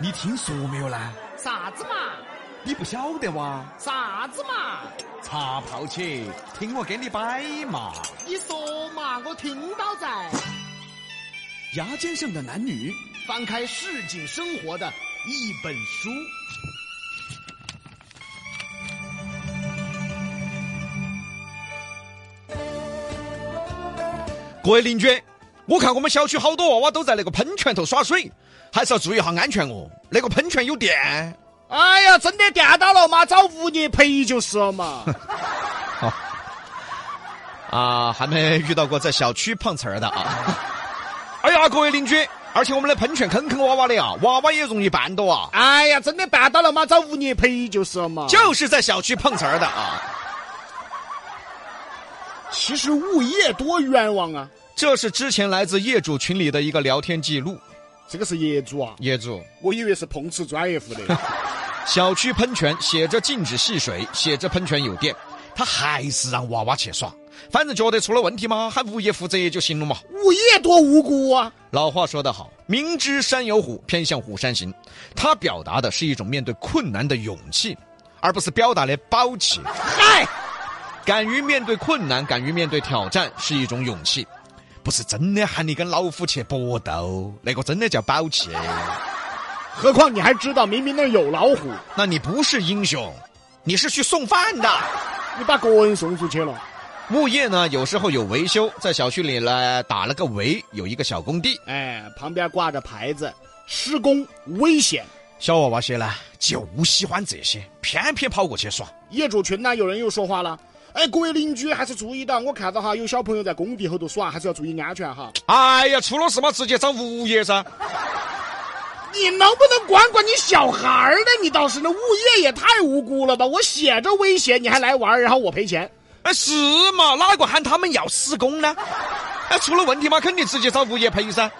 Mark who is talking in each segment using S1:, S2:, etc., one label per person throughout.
S1: 你听说没有呢？
S2: 啥子嘛？
S1: 你不晓得哇？
S2: 啥子嘛？
S1: 茶泡起，听我给你摆嘛。
S2: 你说嘛，我听到在。
S3: 牙尖上的男女，
S2: 翻开市井生活的一本书。
S4: 各位邻居，我看我们小区好多娃娃都在那个喷泉头耍水，还是要注意一下安全哦。那个喷泉有电。
S2: 哎呀，真的电到了嘛，找物业赔就是了 嘛。
S4: 啊，还没遇到过在小区碰瓷儿的啊！ 哎呀，各位邻居，而且我们的喷泉坑坑洼洼的啊，娃娃也容易绊倒啊，
S2: 哎呀，真的绊倒了嘛，找物业赔就是了嘛。
S4: 就是在小区碰瓷儿的啊，
S2: 其实物业多冤枉啊，
S4: 这是之前来自业主群里的一个聊天记录。
S2: 这个是业主啊，
S4: 业主，
S2: 我以为是碰瓷专业户的。
S4: 小区喷泉写着禁止戏水，写着喷泉有电，他还是让娃娃去耍，反正觉得出了问题嘛，喊物业负责也就行了嘛。
S2: 物业多无辜啊！
S4: 老话说得好，明知山有虎，偏向虎山行。他表达的是一种面对困难的勇气，而不是表达的宝气。
S2: 嗨，
S4: 敢于面对困难，敢于面对挑战，是一种勇气，不是真的喊你跟老虎去搏斗，那个真的叫宝气。
S2: 何况你还知道，明明那儿有老虎，
S4: 那你不是英雄，你是去送饭的。
S2: 你把个人送出去了。
S4: 物业呢，有时候有维修，在小区里呢打了个围，有一个小工地，
S2: 哎，旁边挂着牌子，施工危险。
S4: 小娃娃些呢就喜欢这些，偏偏跑过去耍。
S2: 业主群呢，有人又说话了。哎，各位邻居还是注意到，我看到哈有小朋友在工地后头耍，还是要注意安全哈。
S4: 哎呀，出了事嘛，直接找物业噻。
S2: 你能不能管管你小孩儿呢？你倒是，那物业也太无辜了吧！我写着危险，你还来玩儿，然后我赔钱。
S4: 哎，是嘛？哪个喊他们要施工呢？哎，出了问题嘛，肯定直接找物业赔噻。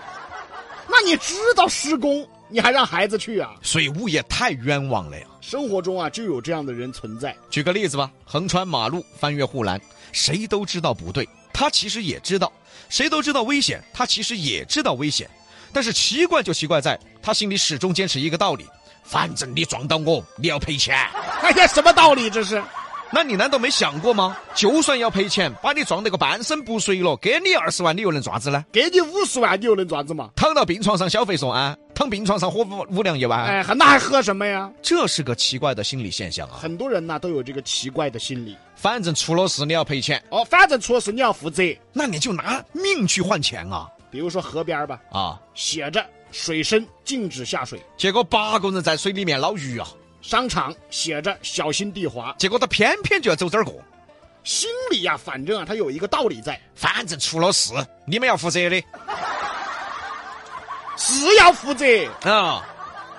S2: 那你知道施工，你还让孩子去啊？
S4: 所以物业太冤枉了呀。
S2: 生活中啊，就有这样的人存在。
S4: 举个例子吧，横穿马路，翻越护栏，谁都知道不对，他其实也知道；谁都知道危险，他其实也知道危险。但是奇怪就奇怪在，他心里始终坚持一个道理：反正你撞到我，你要赔钱。
S2: 哎呀，什么道理这是？
S4: 那你难道没想过吗？就算要赔钱，把你撞得个半身不遂了，给你二十万，你又能咋子呢？
S2: 给你五十万，你又能咋子嘛？
S4: 躺到病床上消费送安，躺病床上喝五五粮液丸，
S2: 哎，那还喝什么呀？
S4: 这是个奇怪的心理现象啊！
S2: 很多人呐、都有这个奇怪的心理。
S4: 反正出了事你要赔钱，
S2: 哦，反正出了事你要负责。
S4: 那你就拿命去换钱啊
S2: 比如说河边儿吧，
S4: 啊！
S2: 写着水深禁止下水；
S4: 结果八个人在水里面捞鱼啊，
S2: 商场写着小心地滑。
S4: 结果他偏偏就要走这儿过。
S2: 心里呀、反正啊，它有一个道理在，
S4: 反正出了事你们要负责的
S2: 是要负责，哦
S4: 啊！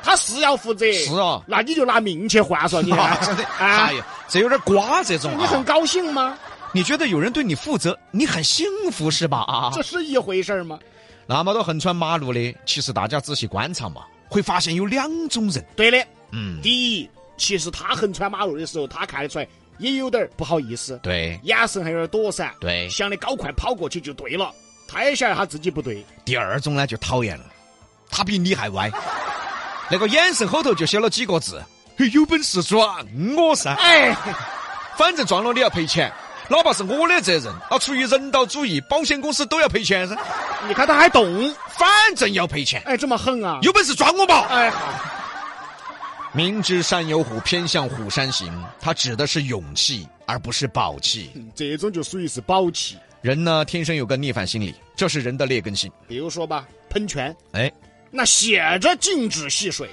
S2: 他是要负责。
S4: 是啊
S2: 那你就拿命去换算你
S4: 啊
S2: 看，
S4: 真的，
S2: 啊
S4: 哎呀，这有点瓜这种
S2: 你很
S4: 啊！
S2: 高兴吗？
S4: 你觉得有人对你负责，你很幸福是吧？啊！
S2: 这是一回事儿吗？
S4: 那么多横穿马路的，其实大家仔细观察嘛，会发现有两种人。
S2: 对的，
S4: 嗯，
S2: 第一，其实他横穿马路的时候，他看得出来，也有点儿不好意思，
S4: 对。
S2: 眼神还有点儿躲闪，
S4: 对
S2: 想的搞快跑过去就对了，他也晓得他自己不对，
S4: 第二种呢就讨厌了，他比你还歪，那个眼神后头就写了几个字：嘿有本事撞我噻，
S2: 哎，
S4: 反正撞了你要赔钱，哪怕是我的责任，啊，出于人道主义，保险公司都要赔钱噻，
S2: 你看他还懂，
S4: 反正要赔钱，
S2: 哎，这么横啊，
S4: 有本事撞我吧！
S2: 哎，
S4: 明知山有虎，偏向虎山行，他指的是勇气，而不是宝气。
S2: 这种就属于是宝气。
S4: 人呢，天生有个逆反心理，这是人的劣根性。
S2: 比如说吧，喷泉，
S4: 哎，
S2: 那写着禁止戏水，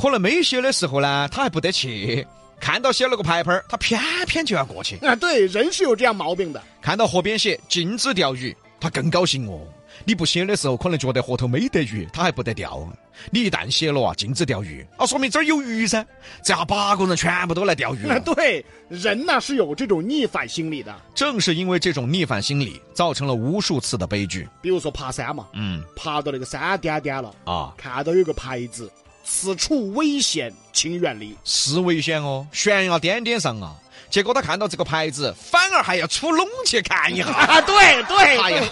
S4: 可能没写的时候呢，他还不得去，看到写了个牌牌儿，他偏偏就要过去。
S2: 啊，对，人是有这样毛病的。
S4: 看到河边写禁止钓鱼，他更高兴哦。你不写的时候，可能觉得河头没得鱼，他还不得钓。你一旦写了啊，禁止钓鱼，啊，说明这儿有鱼噻。这下八个人全部都来钓鱼
S2: 啊
S4: 了。
S2: 对，人呐是有这种逆反心理的，
S4: 正是因为这种逆反心理，造成了无数次的悲剧。
S2: 比如说爬山嘛，
S4: 嗯
S2: 爬到那个山巅巅了，
S4: 啊，
S2: 看到有个牌子，此处危险，请远离。
S4: 是危险哦，悬崖点点上啊。结果他看 到这个牌子，反而还要出笼去看一下。
S2: 啊，对对
S4: 哎呀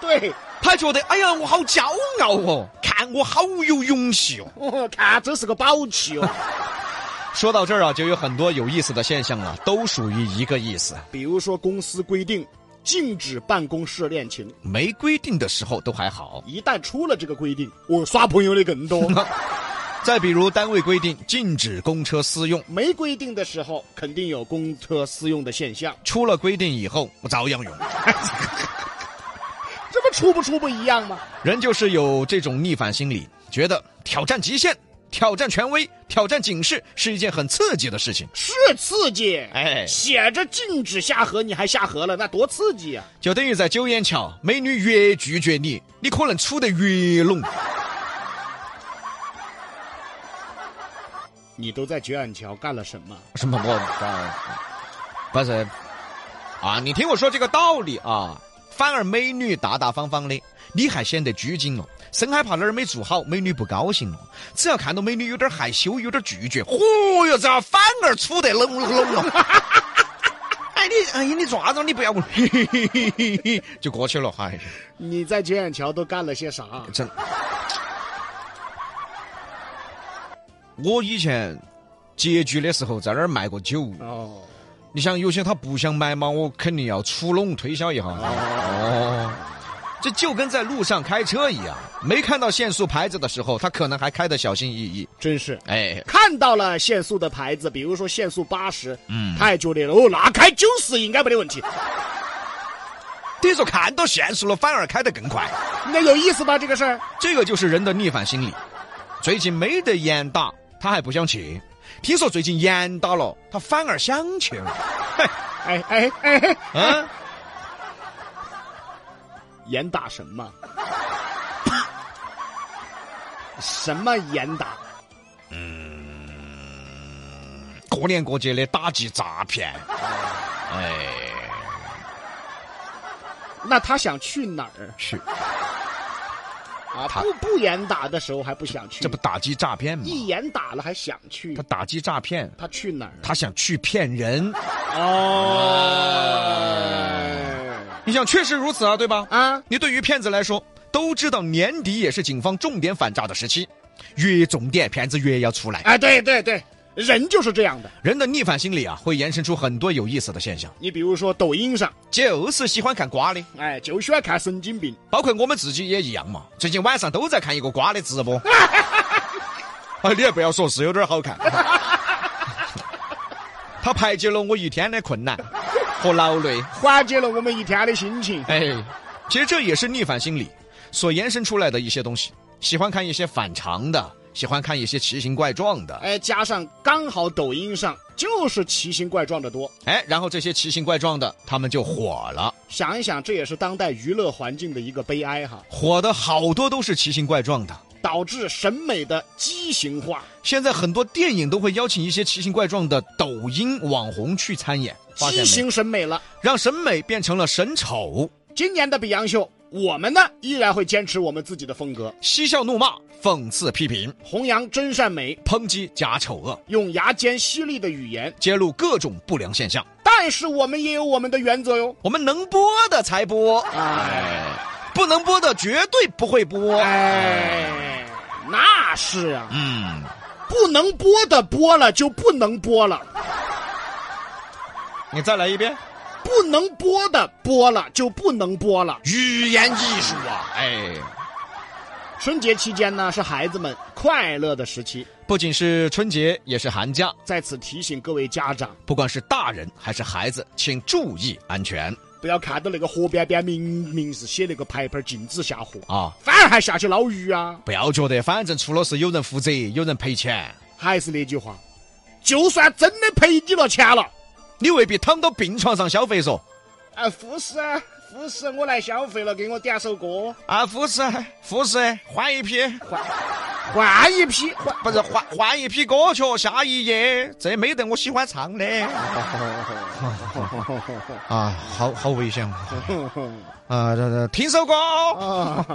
S2: 对对，
S4: 他觉得哎呀，我好骄傲哦，看我好有勇气哦。
S2: 哦看这是个宝器哦。
S4: 说到这儿啊，就有很多有意思的现象了，都属于一个意思。
S2: 比如说，公司规定禁止办公室恋情，
S4: 没规定的时候都还好。
S2: 一旦出了这个规定，我耍朋友的更多。
S4: 再比如，单位规定禁止公车私用，
S2: 没规定的时候，肯定有公车私用的现象，
S4: 出了规定以后我照样用。
S2: 这不出不出不一样吗？
S4: 人就是有这种逆反心理，觉得挑战极限、挑战权威、挑战警示是一件很刺激的事情。
S2: 是刺激，
S4: 哎
S2: 写着禁止下河，你还下河了，那多刺激呀、
S4: 就等于在九眼桥，美女越拒绝你，你可能处得越拢。
S2: 你都在九眼桥干了什么？
S4: 什么我啊？不是啊，你听我说这个道理啊，反而美女大大方方的，你还显得拘谨了，哦生害怕哪儿没做好，美女不高兴了。哦只要看到美女有点害羞，有点拒绝，嚯哟，这反而处得冷冷了。哦 哎，你哎呀，你做啥子？你不要， 嘿嘿嘿嘿嘿嘿，就过去了。哎，
S2: 你在九眼桥都干了些啥？
S4: 真。我以前结局的时候在那儿卖过酒。
S2: 哦，
S4: 你想有些他不想买嘛，我肯定要出笼推销一下。哦，这就跟在路上开车一样，没看到限速牌子的时候，他可能还开得小心翼翼。
S2: 真是。
S4: 哎，
S2: 看到了限速的牌子，比如说限速八十，
S4: 嗯
S2: 他也觉得哦，那开九十应该没得问题。
S4: 你说看到限速了，反而开得更快，
S2: 那有意思吧？这个事儿，
S4: 这个就是人的逆反心理。最近没得严打，他还不想去；听说最近严打了，他反而想去了。
S2: 哎哎哎，哎
S4: 嗯，
S2: 严打什么？ 什么严打？
S4: 过年过节的打击诈骗。哎，
S2: 那他想去哪儿
S4: 去，
S2: 啊？
S4: 他
S2: 不不严打的时候还不想去，
S4: 这不打击诈骗吗？
S2: 一严打了还想去
S4: 他？打击诈骗。
S2: 他去哪 儿？
S4: 他想去骗人。
S2: 哦，
S4: 你想，确实如此啊，对吧？
S2: 啊，
S4: 你对于骗子来说，都知道年底也是警方重点反诈的时期，越重点骗子越要出来。
S2: 哎，对对对，人就是这样的。
S4: 人的逆反心理啊，会延伸出很多有意思的现象，
S2: 你比如说抖音上，
S4: 就是喜欢看瓜的，
S2: 哎，就喜欢看神经病。
S4: 包括我们自己也一样嘛。最近晚上都在看一个瓜的直播。 哎，你也不要说，是有点好看。 他排解了我一天的困难和劳累。
S2: 缓解了我们一天的心情。
S4: 哎，其实这也是逆反心理所延伸出来的一些东西，喜欢看一些反常的，喜欢看一些奇形怪状的，
S2: 哎，加上刚好抖音上就是奇形怪状的多，
S4: 哎，然后这些奇形怪状的，他们就火了，
S2: 想一想，这也是当代娱乐环境的一个悲哀哈，
S4: 火的好多都是奇形怪状的。
S2: 导致审美的畸形化。
S4: 现在很多电影都会邀请一些奇形怪状的抖音网红去参演，发现
S2: 畸
S4: 没？
S2: 形审美了。
S4: 让审美变成了审丑，
S2: 今年的比洋秀，我们呢依然会坚持我们自己的风格，
S4: 嬉笑怒骂，讽刺批评，
S2: 弘扬真善美，
S4: 抨击假丑恶，
S2: 用牙尖犀利的语言。
S4: 揭露各种不良现象。
S2: 但是我们也有我们的原则哟。
S4: 我们能播的才播。
S2: 哎
S4: 不能播的绝对不会播。
S2: 哎，那是啊，
S4: 嗯，
S2: 不能播的播了就不能播了。
S4: 你再来一遍。
S2: 不能播的播了就不能播了。
S4: 语言艺术啊，哎，
S2: 春节期间呢，是孩子们快乐的时期，
S4: 不仅是春节，也是寒假。
S2: 在此提醒各位家长，
S4: 不管是大人还是孩子，请注意安全
S2: 不要看到那个河边边明明是写那个牌牌儿禁止下河，
S4: 啊！
S2: 反而还下去捞鱼啊！
S4: 不要觉得反正出了事有人负责，有人赔钱，
S2: 还是那句话，就算真的赔你了钱了，
S4: 你未必躺到病床上消费说
S2: 啊，护士啊，护士，我来消费了，给我点首歌，
S4: 啊，护士护士换一批，
S2: 换一批， 换
S4: 不是换换一批歌曲，下一页这没得我喜欢唱的啊，好好危险啊！啊，这这听首歌。
S2: 啊！